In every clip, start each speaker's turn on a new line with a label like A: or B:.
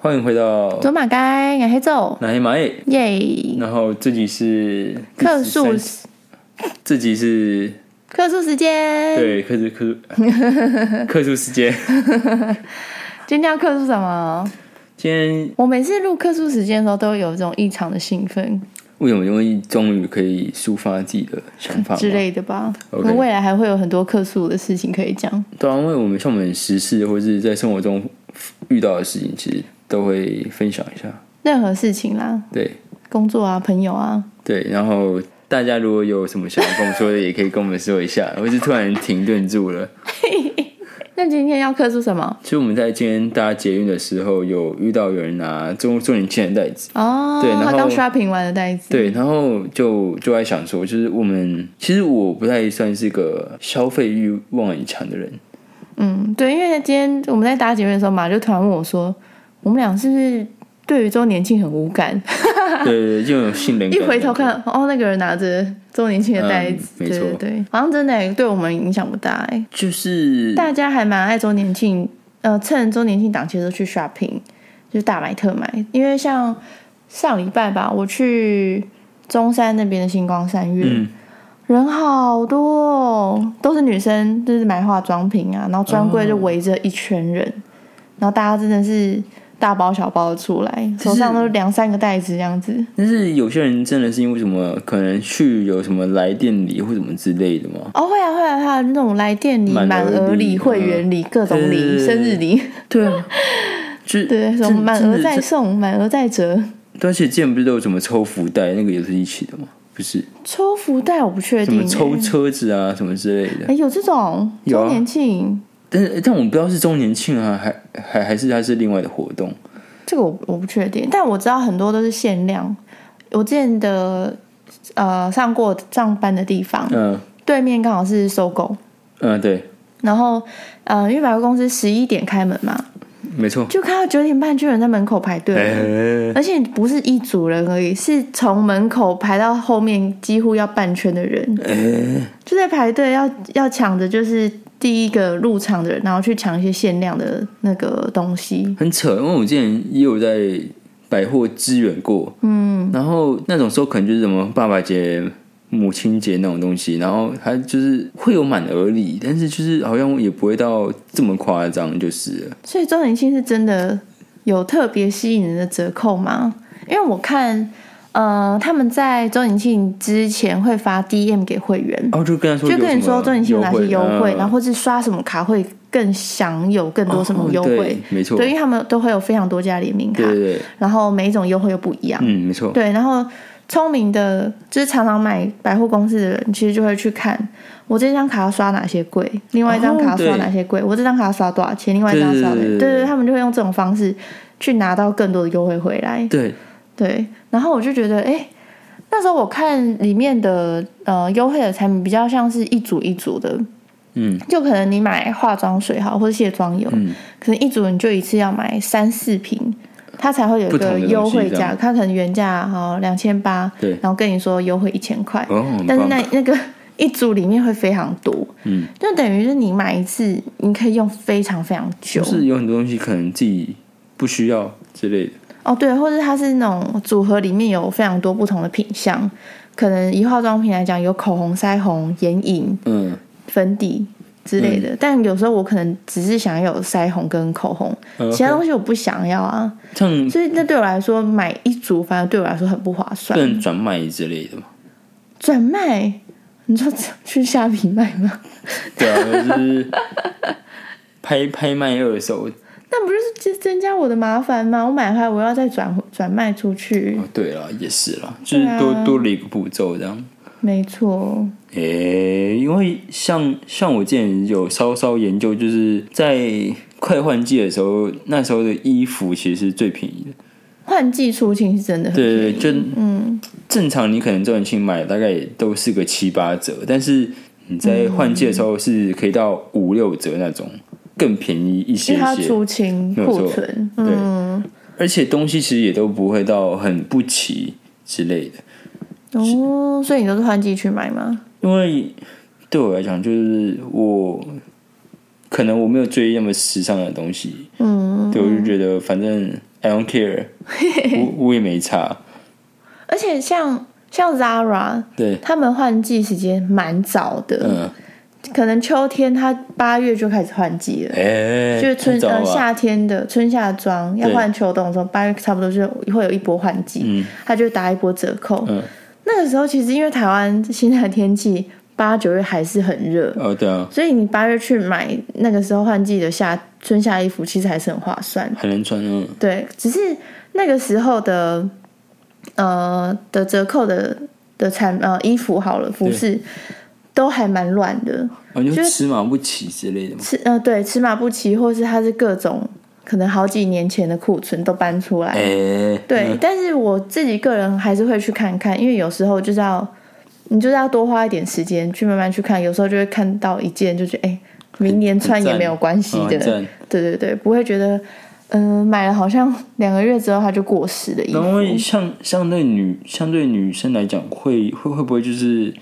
A: 欢迎回到
B: 走马街眼黑咒，
A: 哪些蚂蚁，
B: 耶！
A: 然后自己是
B: 客诉
A: 13自己是
B: 客诉时间，
A: 对客诉客诉客诉 时间。
B: 今天要客诉什么？
A: 今天
B: 我每次录客诉时间的时候，都有一种异常的兴奋
A: 为什么？因为终于可以抒发自己的想法嘛
B: 之。类的吧。
A: OK
B: 可能未来还会有很多客诉的事情可以讲。
A: 对啊，因为我们像我们时事或是在生活中遇到的事情，其实都会分享一下。
B: 任何事情啦，
A: 对
B: 工作啊，朋友啊，
A: 对，然后大家如果有什么想要跟我们说的，也可以跟我们说一下。或是突然停顿住了，
B: 那今天要客诉什么？
A: 其实我们在今天搭捷运的时候，有遇到有人拿中中年轻人的袋子。
B: 哦，
A: 对然后
B: 他刚 shopping 完的袋子，
A: 对，然后就就在想说，就是我们其实我不太算是个消费欲望很强的人，
B: 嗯，对，因为今天我们在搭捷运的时候，马就突然问我说，我们俩是不是对于周年庆很无感？
A: 对，就有性冷感
B: 一
A: 的
B: 回头
A: 感
B: 看，哦，那个人拿着周年庆的袋子，
A: 嗯没
B: 对
A: 错嗯
B: 对对，好像真的欸对我们影响不大哎、
A: 觉，就是
B: 大家还蛮爱周年庆，呃，趁周年庆档期的时候去 shopping，就是大买特买，因为像上礼拜吧，我去中山那边的星光三月，
A: 嗯
B: 人好多、哦，都是女生，就是买化妆品啊，然后专柜就
A: 嗯
B: 围着一圈人，然后大家真的是大包小包的出来，
A: 就是
B: 手上都是两三个袋子这样子。
A: 但是有些人真的是因为什么，可能去有什么来店礼或什么之类的嘛。
B: 哦，会啊会啊，还有那种来电礼、
A: 满
B: 满
A: 额
B: 额
A: 礼嗯
B: 礼、会员礼、各种
A: 对对
B: 礼、
A: 对
B: 生日礼，
A: 对啊， 就是
B: 对，什
A: 真
B: 么满
A: 真
B: 额
A: 的
B: 再
A: 真
B: 送、满额再折。
A: 对而且之前不是都有什么抽福袋，那个也是一起的嘛，不是
B: 抽福袋我不确
A: 什
B: 定、
A: 么
B: 欸，
A: 抽车子啊什么之类的。
B: 哎有这种
A: 有啊
B: 周年庆，
A: 但是哎但我们不知道是周年庆啊，还还还是它是另外的活动。
B: 这个我我不确定，但我知道很多都是限量。我之前的呃上过上班的地方，
A: 嗯、
B: 对面刚好是搜狗，
A: 嗯、对，
B: 然后呃因为百货公司十一点开门嘛，
A: 没错。
B: 就看到九点半就有人在门口排队了。
A: 哎
B: 而且不是一组人而已，是从门口排到后面几乎要半圈的人，
A: 哎，
B: 就在排队要要抢着就是第一个入场的人，然后去抢一些限量的那个东西。
A: 很扯，因为我之前也有在百货支援过，嗯，然后那种时候可能就是什么爸爸节、母亲节那种东西，然后它就是会有满额礼，但是就是好像也不会到这么夸张，就是了
B: 所以周年庆是真的有特别吸引人的折扣吗？因为我看，呃，他们在周年庆之前会发 DM 给会员，
A: 哦，就跟他说
B: 就跟你
A: 有什
B: 说
A: 么
B: 周年庆有哪些优惠，然
A: 嗯
B: 后或是刷什么卡会更享有更多什么优
A: 哦
B: 惠。
A: 对没错，
B: 对，因为他们都会有非常多家联名卡
A: 对，对对，
B: 然后每一种优惠又不一样。
A: 嗯，没错，
B: 对，然后聪明的，就是常常买百货公司的人，其实就会去看我这张卡要刷哪些柜，另外一张卡要刷哪些柜，我这张卡要刷多少钱，另外一张要刷多
A: 哦
B: 少
A: 对对对
B: 钱。对
A: 对
B: 对，他们就会用这种方式去拿到更多的优惠回来。
A: 对，
B: 对，然后我就觉得，哎，那时候我看里面的呃优惠的产品比较像是一组一组的，
A: 嗯
B: 就可能你买化妆水好，或者卸妆油，
A: 嗯，
B: 可能一组你就一次要买三四瓶，它才会有
A: 不
B: 一
A: 同
B: 个
A: 的东西
B: 优惠
A: 这
B: 价，
A: 样
B: 它可能原价哈两千八
A: 对
B: 然后跟你说优惠一千块，
A: 哦，很
B: 但是
A: 棒
B: 那那个一组里面会非常多，
A: 嗯，
B: 就等于是你买一次，你可以用非常非常久
A: 就，是有很多东西可能自己不需要之类的，
B: 哦对，或者它是那种组合里面有非常多不同的品相，可能以化妆品来讲有口红、腮红、眼影、
A: 嗯，
B: 粉底之类的，但有时候我可能只是想要有腮红跟口红，
A: 呃
B: 其他东西我不想要啊。
A: 像
B: 所以那对我来说，买一组反而对我来说很不划
A: 不
B: 算。
A: 能转卖之类的嘛。
B: 转卖，你说去虾皮卖吗？
A: 对啊，就是拍拍卖二手。哦
B: 那不就是增增加我的麻烦吗？我买回来我要再转转卖出去，
A: 哦，对了，也是啦，就是
B: 对啊
A: 多、多了一个步骤这样。
B: 没错。
A: 诶、因为像像我之前有稍稍研究，就是在快换季的时候，那时候的衣服其实是最便宜的。
B: 换季出清是真的很
A: 对对，就嗯，正常你可能周年庆买大概也都是个七八折，但是你在换季的时候是可以到五六折那种，更便宜一些
B: 因为它
A: 些。
B: 出清
A: 没有错
B: 库存，
A: 对
B: 嗯，
A: 而且东西其实也都不会到很不齐之类的，
B: 哦，所以你都是换季去买吗？
A: 因为对我来讲，就是我可能我没有追那么时尚的东西，嗯，对，我就觉得反正 I don't care，我 我也没差，
B: 而且像像 Zara，
A: 对，
B: 他们换季时间蛮早的，
A: 嗯，
B: 可能秋天它八月就开始换季了。
A: 哎，
B: 就是春
A: 很早
B: 呃
A: 吧
B: 夏天的春夏装要
A: 对
B: 换秋冬的时候，八月差不多就会有一波换季，
A: 嗯
B: 它就打一波折扣。
A: 嗯
B: 那个时候其实因为台湾现在的天气八九月还是很热，
A: 哦，对啊，
B: 所以你八月去买那个时候换季的夏春夏衣服，其实还是很划算。
A: 还能穿嗯，
B: 对，只是那个时候的呃的折扣的的产呃衣服好了，服饰都还蛮乱的，
A: 哦，你
B: 就
A: 会
B: 是
A: 尺码不齐之类的吗？
B: 尺呃对尺码不齐，或是它是各种可能好几年前的库存都搬出来。
A: 哎，
B: 对，但是我自己个人还是会去看看，因为有时候就是要你就是要多花一点时间去慢慢去看，有时候就会看到一件就觉得哎、明年穿也没有关系
A: 嗯，
B: 的，
A: 赞。
B: 对对对，不会觉得嗯、买了好像 两个月之后它就过时的衣
A: 然
B: 服。
A: 后像像对女相对女生来讲，会会会不会就是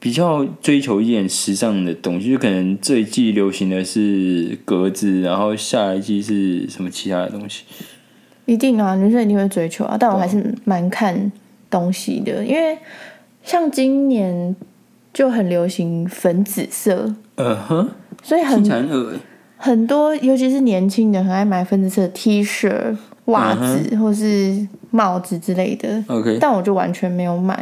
A: 比较追求一点时尚的东西？就可能这一季流行的是格子，然后下一季是什么其他的东西？
B: 一定啊，女生一定会追求啊，但我还是蛮看东西的，因为像今年就很流行粉紫色，
A: 嗯哼，
B: 所以
A: 听
B: 很
A: 起来很恶欸
B: 很多，尤其是年轻人很爱买粉紫色的 T 恤、袜子、或是帽子之类的，
A: OK，
B: 但我就完全没有买，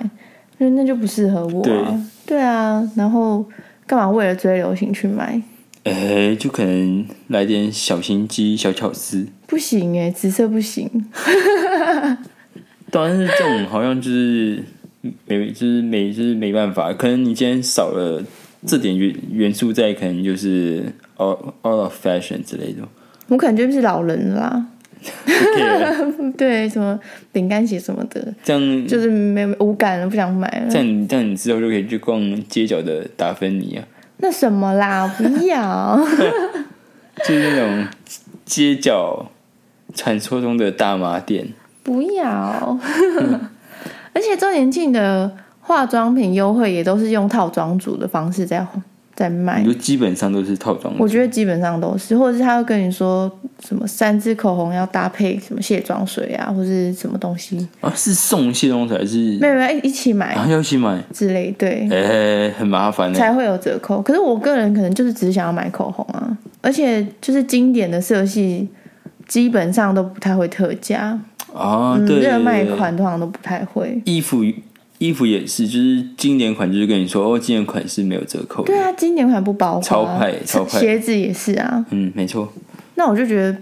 B: 因为那就不适合我、啊。对啊，然后干嘛为了追流行去买？
A: 哎、就可能来点小心机、小巧思。
B: 不行哎、紫色不行。
A: 当然是这种，好像就是没，就是没，就是没办法。可能你今天少了这点元元素在，可能就是 out out of fashion 之类的。
B: 我感觉就是老人了啦，
A: 不 care
B: 对，什么饼干鞋什么的，
A: 这样
B: 就是没有无感了，不想买
A: 这
B: 了。
A: 样你这样你之后就可以去逛街角的达芬尼啊，
B: 那什么啦，不要。
A: 就是那种街角传说中的大妈店。
B: 不要。 而且周年庆的化妆品优惠也都是用套装组的方式在在卖
A: 你，就基本上都是套装，
B: 哎我觉得基本上都是，或者是他会跟你说什么三支口红要搭配什么卸妆水啊，或是什么东西，
A: 啊是送卸妆水还是
B: 没有没有一起买
A: 啊要一起买？
B: 之类，对，
A: 哎、很麻烦欸的、
B: 才会有折扣。可是我个人可能就是只想要买口红啊，而且就是经典的色系基本上都不太会特价，
A: 啊，
B: 嗯
A: 对，
B: 热卖款通常都不太会。
A: 衣服衣服也是，就是经典款，就是跟你说哦，经典款是没有折扣的。
B: 对啊，经典款不包括、啊，
A: 超 派超派
B: 鞋子也是啊。
A: 嗯，没错。
B: 那我就觉得，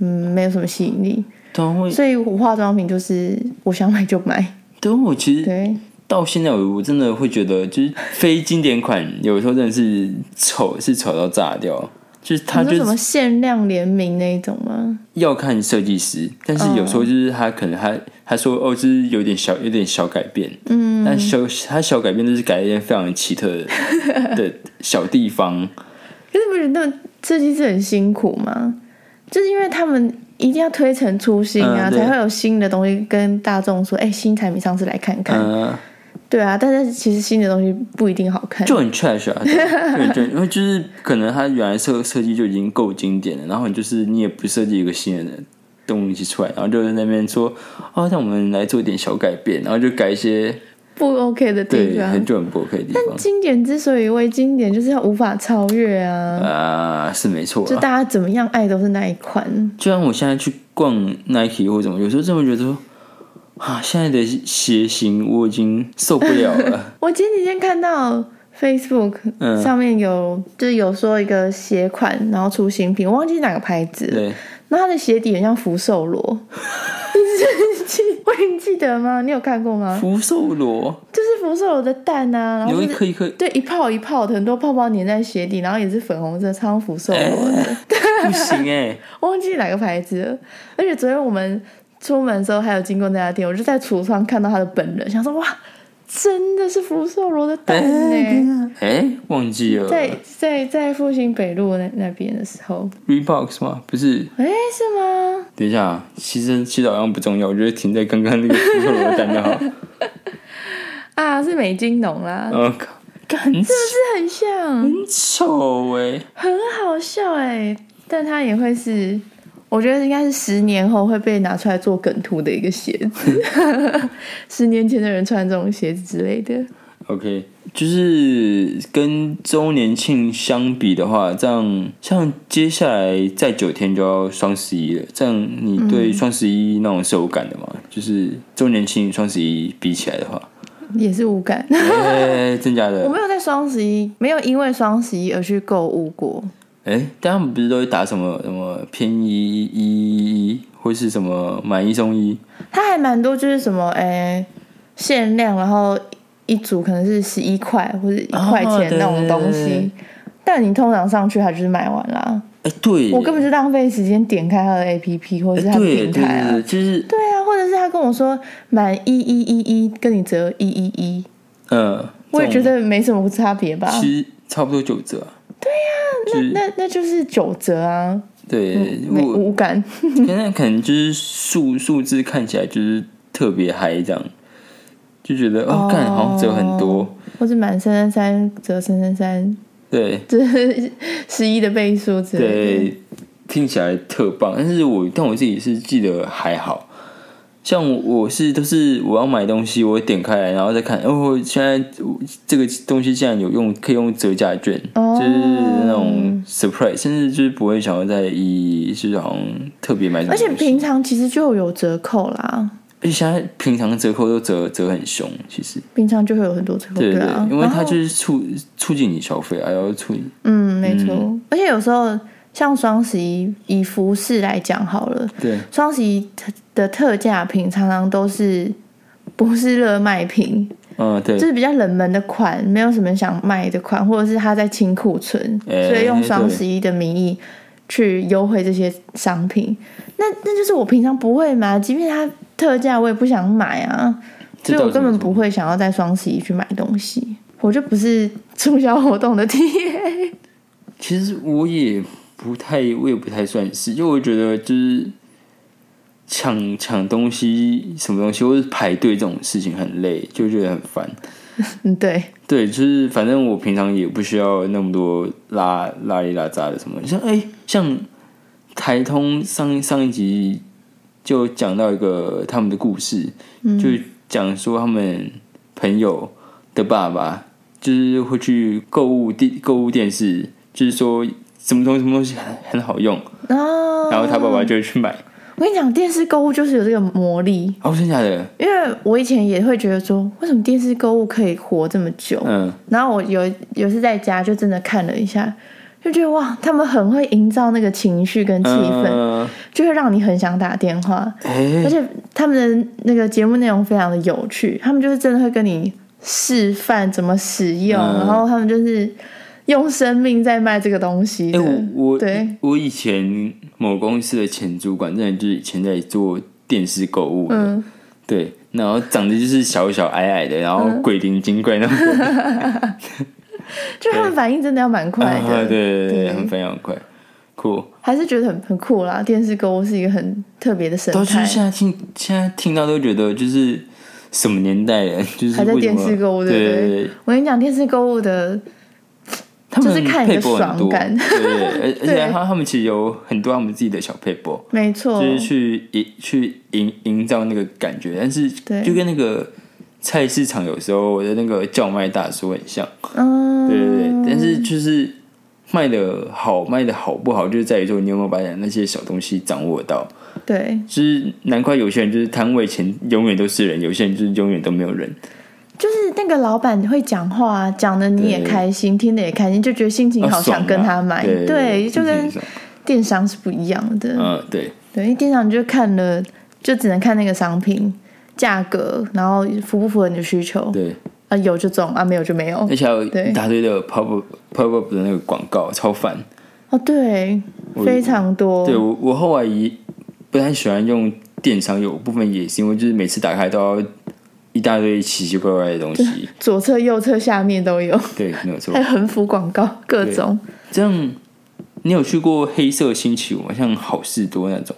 B: 嗯，没有什么吸引力，
A: 对啊，我
B: 所以我化妆品就是我想买就买。
A: 对啊，我其实
B: 对，
A: 到现在我我真的会觉得，就是非经典款，有时候真的是丑，是丑到炸掉。就是它
B: 你说
A: 就
B: 什
A: 是
B: 么限量联名那一种吗？
A: 要看设计师，但是有时候就是
B: 嗯
A: 他可能他他说哦，就是有点小有点小改变，嗯，但小他小改变就是改一些非常奇特的 的小地方，
B: 可是不觉得设计师很辛苦吗？就是因为他们一定要推陈出新
A: 嗯
B: 啊，
A: 对
B: 才会有新的东西跟大众说，哎、新产品上市来看看。
A: 嗯、
B: 对啊，但是其实新的东西不一定好 看。
A: 就很 trash 啊，对就很 trash，因为就是可能它原来设设计就已经够经典了，然后你就是你也不设计一个新的东西出来，然后就在那边说哦，那我们来做一点小改变，然后就改一些
B: 不 OK 的地
A: 对
B: 方
A: 很。久很不 OK 的地方
B: 经典之所以为经典，就是它无法超越啊。
A: 啊、是没错
B: 就
A: 啊。
B: 大家怎么样爱都是那一款。，
A: 就像我现在去逛 Nike 或什么，有时候真的会觉得说啊，现在的鞋型我已经受不了了
B: 我前几天看到 Facebook
A: 嗯
B: 上面有，就是有说一个鞋款，然后出新品，我忘记哪个牌子了。
A: 对，
B: 那它的鞋底很像福寿螺， 你 记你记得吗？你有看过吗？
A: 福寿螺
B: 就是福寿螺的蛋啊，然后
A: 有一
B: 就是
A: 颗一颗
B: 对一泡一泡的，很多泡泡粘在鞋底，然后也是粉红色，超像福寿螺
A: 哎
B: 的。
A: 不行哎、
B: 忘记哪个牌子了。而且昨天我们出门的时候还有经过那家店，我就在橱窗看到他的本人，想说哇，真的是福寿螺的蛋呢、
A: 哎、忘记了
B: 在在在复兴北路那那边的时候，
A: Reebok 吗？不是，
B: 哎、是吗？
A: 等一下，其实其实好像不重要，我觉得停在刚刚那个福寿螺蛋就好。
B: 啊，是美津浓啦。
A: 嗯，靠
B: 感，真的是很像，
A: 很丑哎、
B: 很好笑哎、但它也会是，我觉得应该是十年后会被拿出来做梗图的一个鞋子。十年前的人穿这种鞋子之类的，
A: OK，就是跟周年庆相比的话，这样像接下来再九天就要双十一了，这样你对双十一那种是有感的
B: 嗯
A: 吗？就是周年庆双十一比起来的 话，
B: 也是无感。
A: 哎、真假
B: 我
A: 的？
B: 没有在双十一，没有因为双十一而去购物过。
A: 哎、但他们不是都会打什么什么便宜一一一，或是什么买一送一？
B: 它还蛮多，就是什么诶、哎限量，然后一组可能是十一块或者一块
A: 哦
B: 钱
A: 对
B: 那种东西。
A: 对对对
B: 但你通常上去，它就是买完啦。
A: 哎、对，
B: 我根本就浪费时间点开它的 APP 或者是
A: 哎
B: 它的
A: 对对
B: 平台啊
A: 对，。就是
B: 对啊，或者是他跟我说满一一一一，跟你折一一一，
A: 嗯、
B: 我也觉
A: 这种
B: 得没什么差别吧。
A: 其实差不多九折、啊。
B: 那那那就是九折啊，
A: 对，
B: 没嗯
A: 我
B: 无感。
A: 现在可能就是数数字看起来就是特别嗨，这样就觉得哦，干好像折很多，
B: 或者满三三三折三三三，
A: 对
B: 这 是十一的倍数之类的。
A: 对，听起来特棒。但是我但我自己是记得还好，像我是都是我要买东西，我会点开来，然后再看，哦，现在这个东西竟然有用，可以用折价券，
B: 哦
A: 就是那种 surprise，甚至就是不会想要再以就是好像特别买什么
B: 而且
A: 东西，
B: 平常其实就有折扣啦，
A: 而且现在平常折扣都折折很凶，其实。
B: 平常就会有很多折扣
A: 对对
B: 啊
A: 对，。因为
B: 然
A: 它
B: 后
A: 就是促促进你消费，还要促
B: 嗯，没错。而且有时候像双十一，以服饰来讲好了，
A: 对
B: 双十一的特价品常常都是不是热卖品，
A: 嗯对
B: 就，是比较冷门的款，没有什么人想卖的款，或者是他在清库存，
A: 哎
B: 所以用双十一的名义去优惠这些商品。那那就是我平常不会买，即便它特价我也不想买啊，
A: 这
B: 所
A: 倒
B: 以
A: 是
B: 我根本不会想要在双十一去买东西。我就不是促销活动的 TA，
A: 其实我也不太，我也不太算是，因为我觉得就是抢抢东西什么东西，或是排队这种事情很累，就觉得很烦。
B: 嗯，对，
A: 对，就是反正我平常也不需要那么多拉拉里拉杂的什么，像哎、像台通上上一集就讲到一个他们的故事，
B: 嗯
A: 就讲说他们朋友的爸爸就是会去购物店购物电视，就是说什么东西什么东西很很好用，
B: 然后
A: 然后他爸
B: 嗯
A: 爸就会去买。
B: 哦我跟你讲，电视购物就是有这个魔力，
A: 哦，真假的？
B: 因为我以前也会觉得说，为什么电视购物可以活这么久？
A: 嗯，
B: 然后我有有次在家就真的看了一下，就觉得哇，他们很会营造那个情绪跟气氛，
A: 嗯
B: 就会让你很想打电话。
A: 哎、
B: 而且他们的那个节目内容非常的有趣，他们就是真的会跟你示范怎么使用，
A: 嗯
B: 然后他们就是用生命在卖这个东西的。
A: 哎、我我
B: 对
A: 我以前某公司的前主管，真的就是以前在做电视购物的，
B: 嗯，
A: 对，然后长得就是小小矮矮的，然后鬼灵精怪那种，
B: 就他们反应真的要蛮快的，
A: 啊对对对，
B: 对
A: 很非常快，酷。
B: 还是觉得很很酷啦。电视购物是一个很特别的生
A: 然后就
B: 态
A: 是。现在听现在听到都觉得就是什么年代人， 就是
B: 还在
A: 为什么
B: 电视购物
A: 对
B: 对不对
A: 对，
B: 我跟你讲，电视购物的
A: 他们
B: 就是看你的
A: 配播很多，
B: 爽感
A: 对对，对而而且
B: 对
A: 他他们其实有很多他们自己的小配播，
B: 没错，
A: 就是去营去营营造那个感觉，但是
B: 对
A: 就跟那个菜市场有时候的那个叫卖大叔很像，
B: 嗯，
A: 对对对，但是就是卖的好，卖的好不好，就是在于说你有没有把那些小东西掌握到，
B: 对，
A: 就是难怪有些人就是摊位前永远都是人，有些人就是永远都没有人，
B: 就是那个老板会讲话，讲的你也
A: 对
B: 开心，听的也开心，就觉得心情
A: 啊
B: 好，
A: 爽
B: 想跟
A: 啊
B: 他买。
A: 对
B: 对，就
A: 心
B: 跟
A: 情爽
B: 电商是不一样的。
A: 嗯对，
B: 对，因为电商你就看了，就只能看那个商品价格，然后符不符合你的需求。
A: 对，
B: 啊，有就中，啊没有就没有
A: 而。且还有
B: 对
A: 一大堆的 pop up pop up 的那个广告超烦，
B: 哦，对，
A: 我
B: 非常多。
A: 对我，我后来也不太喜欢用电商，有部分也是因为就是每次打开都要一大堆奇奇怪怪的东西。
B: 左侧、右侧、下面都有，
A: 对，没有错
B: 还。有横幅广告，各
A: 对
B: 种。
A: 这样，你有去过黑色星期五吗？像好事多那种？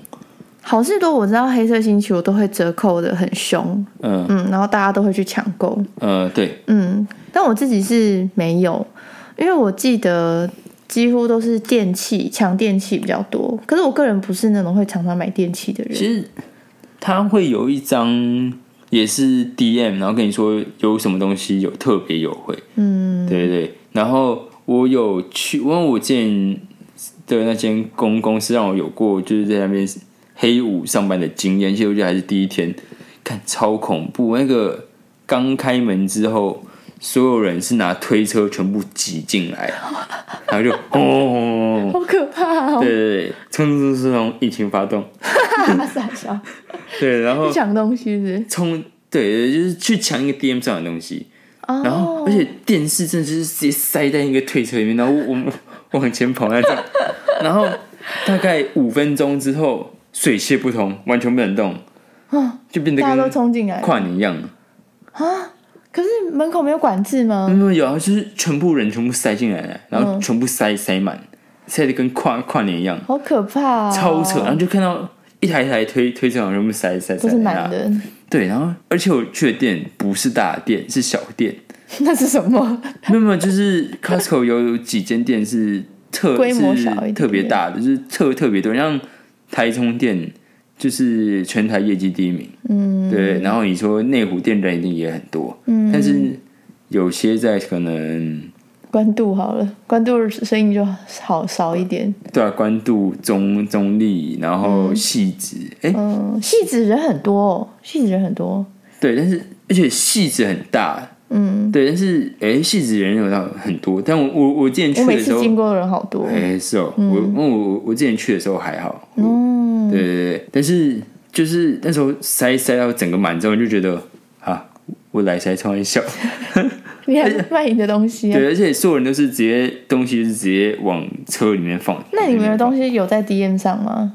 B: 好事多我知道黑色星期我都会折扣的很凶，
A: 嗯
B: 嗯，然后大家都会去抢购，
A: 呃，对，
B: 嗯，但我自己是没有，因为我记得几乎都是电器抢电器比较多，可是我个人不是那种会常常买电器的人，
A: 其实他会有一张也是 DM，然后跟你说有什么东西有特别优惠，嗯，对对对。然后我有去，因为我之前的那间公公司让我有过就是在那边黑五上班的经验，其实我觉得还是第一天，看超恐怖。那个刚开门之后，所有人是拿推车全部挤进来，然后就哦。
B: 好可怕哦！
A: 对对对，冲冲冲冲，引擎发动，
B: 傻笑，
A: 对，然后
B: 抢东西是不是
A: 冲，对对，就是去抢一个 DM 上的东西，
B: 哦，
A: 然后、而且电视真的就是直接塞在一个推车里面，然后我们往前跑那 种，然后大概五分钟之后，水泄不通，完全不能动，就变得
B: 哦大家都
A: 跟
B: 冲进来，啊
A: 跨年一样。
B: 可是门口没有管制吗？
A: 没有有啊，就是全部人全部塞进来了，然后
B: 嗯
A: 全部塞塞满，塞的跟跨跨年一样，
B: 好可怕、哦！
A: 超扯，然后就看到一台一台推推车往全部塞塞塞，
B: 都是满的，
A: 对，然后而且我去的店不是大店，是小店。
B: 那是什么？
A: 那么就是 Costco 有几间店是特
B: 规模小一
A: 是
B: 点
A: 特别大的，就是特特别多，像台中店就是全台业绩第一名，嗯，对。然后你说内湖店人一定也很多，嗯，但是有些在可能
B: 关渡好了，关渡声音就好少一点。
A: 对啊，关渡、中中立，然后细致，哎、
B: 嗯，戏子人很多、哦，戏子人很多。
A: 对，但是而且细致很大，
B: 嗯，
A: 对，但是哎，细致人有到很多，但我我我之前
B: 我
A: 去
B: 每
A: 的时
B: 次
A: 候，
B: 经过的人好多。
A: 哎、是哦，我因为我我之前去的时候还好，
B: 嗯，
A: 对对对，但是就是那时候塞塞到整个满之后，你就觉得啊，我来塞超一笑，
B: 你还卖你的东西、啊？
A: 哎 对，而且所有人都是直接东西就是直接往车里面放，
B: 那你们的东西有在 DM 上吗？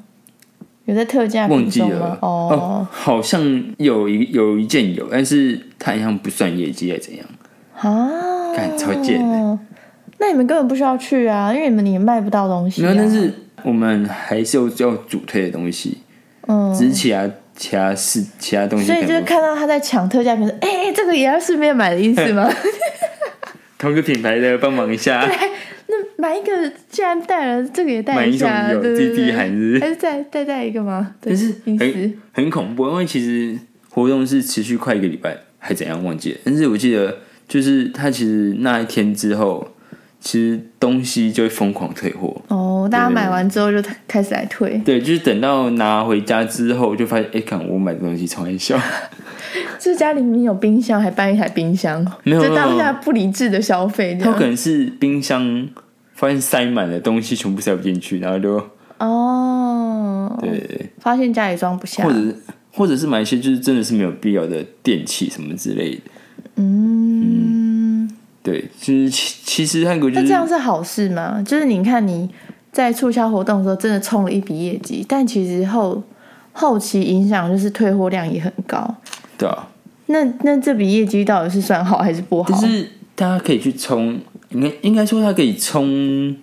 B: 有在特价
A: 忘
B: 品
A: 记
B: 中
A: 了
B: 吗？哦，
A: 好像有一有一件有，但是它好像不算业绩还是怎样，
B: 啊，
A: 干超贱的
B: 那你们根本不需要去啊，因为你们也卖不到东西、
A: 没
B: 啊。
A: 有，但是我们还是有要主推的东西，
B: 嗯，
A: 只是其他其他事其他东西
B: 所以
A: 可
B: 就
A: 能
B: 是
A: 不
B: 看到他在抢特价品，说：“哎、哎这个也要顺便买的意思吗？
A: 同个品牌的帮忙一下，
B: 那 买一个既然带了，这个也带
A: 买一种
B: 下，
A: 有
B: 对
A: 滴滴
B: 对对，
A: 还是
B: 还是再再带一个吗？对，
A: 但是
B: 意思
A: 很很恐怖，因为其实活动是持续快一个礼拜，还怎样忘记了。但是我记得，就是他其实那一天之后，其实东西就会疯狂退货。
B: 哦，大家买完之后就开始来退，
A: 对，就是等到拿回家之后，就发现，哎、看我买的东西超爱笑，
B: 就是家里面有冰箱，还搬一台冰箱，
A: 没有
B: 就
A: 没有
B: 当下不理智的消费这
A: 他可
B: 样。
A: 能是冰箱发现塞满了东西，全部塞不进去，然后就
B: 哦，
A: 对，啊
B: 发现家里装不下
A: 或，者是或者是买一些就是真的是没有必要的电器什么之类的。
B: 嗯，
A: 对，就是其其实韩国就
B: 那
A: 是
B: 这样是好事吗？就是你看你在促销活动的时候真的冲了一笔业绩，但其实后后期影响就是退货量也很高。
A: 对啊。
B: 那那这笔业绩到底是算好还是不好？
A: 但是大家可以去冲，应该应该说它可以冲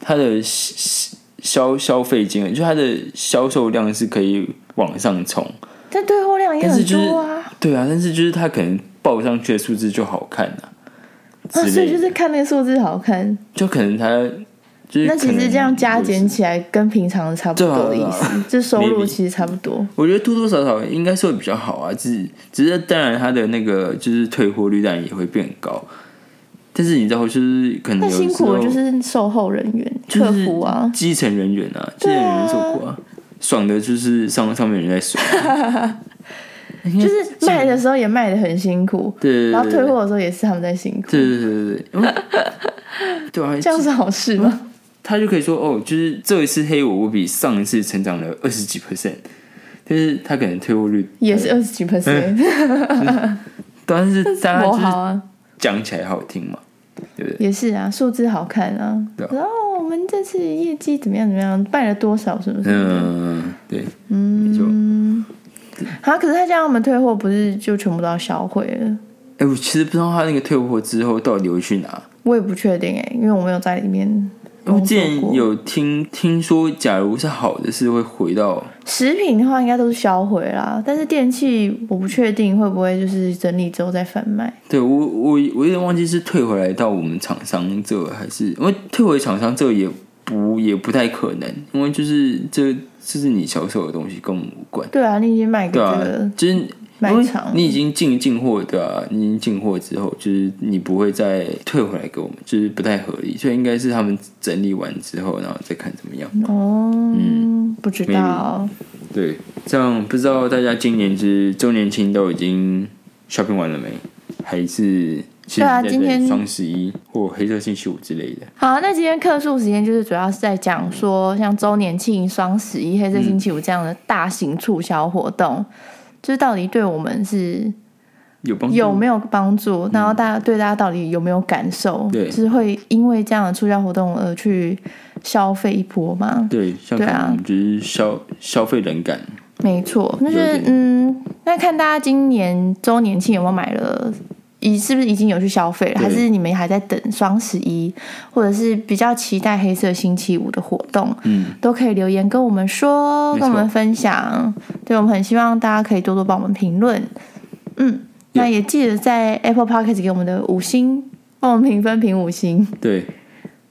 A: 它的消消消费金额，就它的销售量是可以往上冲。
B: 但退货量也
A: 但是
B: 很
A: 就是
B: 多啊，
A: 对啊，但是就是它可能报上去的数字就好看啊，之
B: 啊，所
A: 类的，
B: 以就是看那个数字好看。
A: 就可能它就是
B: 那其
A: 可
B: 实
A: 能
B: 这样加减起来跟平常差不多的意
A: 对啊对
B: 思，这收入
A: Maybe
B: 其实差不多。
A: 我觉得多多少少应该是会比较好啊，只只是当然它的那个就是退货率当然也会变高，但是你知道就是可能有
B: 但
A: 时
B: 辛苦
A: 候
B: 的就是售后人员、
A: 就
B: 客
A: 是
B: 服啊，
A: 基层人员啊，基层人员受苦啊，爽的就是上上面人在爽，
B: 就是卖的时候也卖的很辛苦，
A: 对对
B: 然后
A: 对
B: 退
A: 对
B: 货的时候也是他们在辛苦，
A: 对对对因为对啊，
B: 这样是好事吗？
A: 他就可以说哦，就是这一次黑我，我比上一次成长了二十几 percent，但是他可能退货率
B: 也是二十几 percent，
A: 对啊，但是大家
B: 我
A: 就是
B: 好啊，
A: 讲起来好听嘛，
B: 也是啊，数字好看啊。
A: 对啊
B: 然后我们这次业绩怎么样怎么样，卖了多少什么什么的。
A: 嗯，对，嗯，没错。
B: 啊，可是他这样，我们退货不是就全部都要销毁了？
A: 哎、我其实不知道他那个退货之后到底会去哪，
B: 欸我也不确定哎、因为我没有在里面。
A: 我
B: 工
A: 之
B: 作
A: 前
B: 过。
A: 有听听说，假如是好的是会回到
B: 食品的话应该都是销毁啦，但是电器我不确定会不会就是整理之后再贩卖。
A: 对我我我有点忘记是退回来到我们厂商这还是因为退回厂商这也不也不太可能，因为就是这这是你销售的东西跟我们无关，
B: 对啊，你已经卖给
A: 对
B: 这
A: 啊
B: 个，
A: 就是因
B: 卖
A: 为
B: 场
A: 你已经进进货对啊，你已经进货之后就是你不会再退回来给我们，就是不太合理，所以应该是他们整理完之后，然后再看怎么样。
B: 哦，
A: 嗯
B: 不知道。
A: 对，这样不知道大家今年是周年庆都已经 shopping 完了没？还是其实
B: 对啊
A: 在
B: 今
A: 等
B: 天
A: 双十一或黑色星期五之类的。
B: 好，那今天客诉时间就是主要是在讲说，像周年庆、双十一、黑色星期五这样的大型促销活动，就是到底对我们是
A: 有帮助
B: 有没有帮助，然后大家对大家到底有没有感受，
A: 对
B: 就是会因为这样的促销活动而去消费一波吗？
A: 对，像
B: 对啊
A: 可能就是消消费冷感，
B: 没错，那就是
A: 有点
B: 嗯，那看大家今年周年庆有没有买了。已是不是已经有去消费了，
A: 对
B: 还是你们还在等双十一，或者是比较期待黑色星期五的活动？
A: 嗯，
B: 都可以留言跟我们说，
A: 没错
B: 跟我们分享。对我们很希望大家可以多多帮我们评论。嗯，那也记得在 Apple Podcast 给我们的五星，帮我们评分评五星。
A: 对，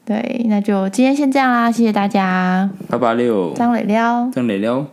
B: 对，那就今天先这样啦，谢谢大家，
A: 八八六
B: 张磊撩。
A: 张磊撩。